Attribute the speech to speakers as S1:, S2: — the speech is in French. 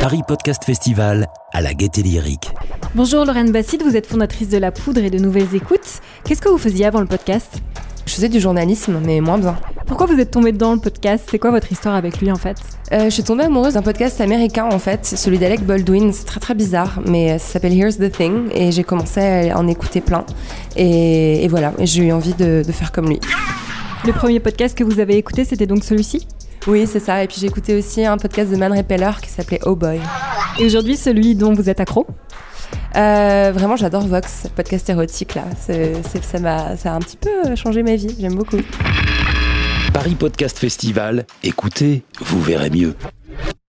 S1: Paris Podcast Festival à la Gaîté Lyrique.
S2: Bonjour Lorraine Bastide, vous êtes fondatrice de La Poudre et de Nouvelles Écoutes. Qu'est-ce que vous faisiez avant le podcast
S3: Je faisais du journalisme, mais moins bien.
S2: Pourquoi vous êtes tombée dans le podcast C'est quoi votre histoire avec lui en fait
S3: Euh, je suis tombée amoureuse d'un podcast américain en fait, celui d'Alec Baldwin. C'est très très bizarre, mais euh, ça s'appelle Here's the Thing et j'ai commencé à en écouter plein. Et, et voilà, et j'ai eu envie de, de faire comme lui.
S2: Le premier podcast que vous avez écouté, c'était donc celui-ci
S3: Oui, c'est ça. Et puis j'ai écouté aussi un podcast de Man Repeller qui s'appelait Oh Boy.
S2: et aujourd'hui celui dont vous êtes accro.
S3: Euh, vraiment, j'adore Vox, podcast érotique là. C'est- c'est- ça, m'a, ça a un petit peu changé ma vie, j'aime beaucoup.
S1: Paris Podcast Festival, écoutez, vous verrez mieux.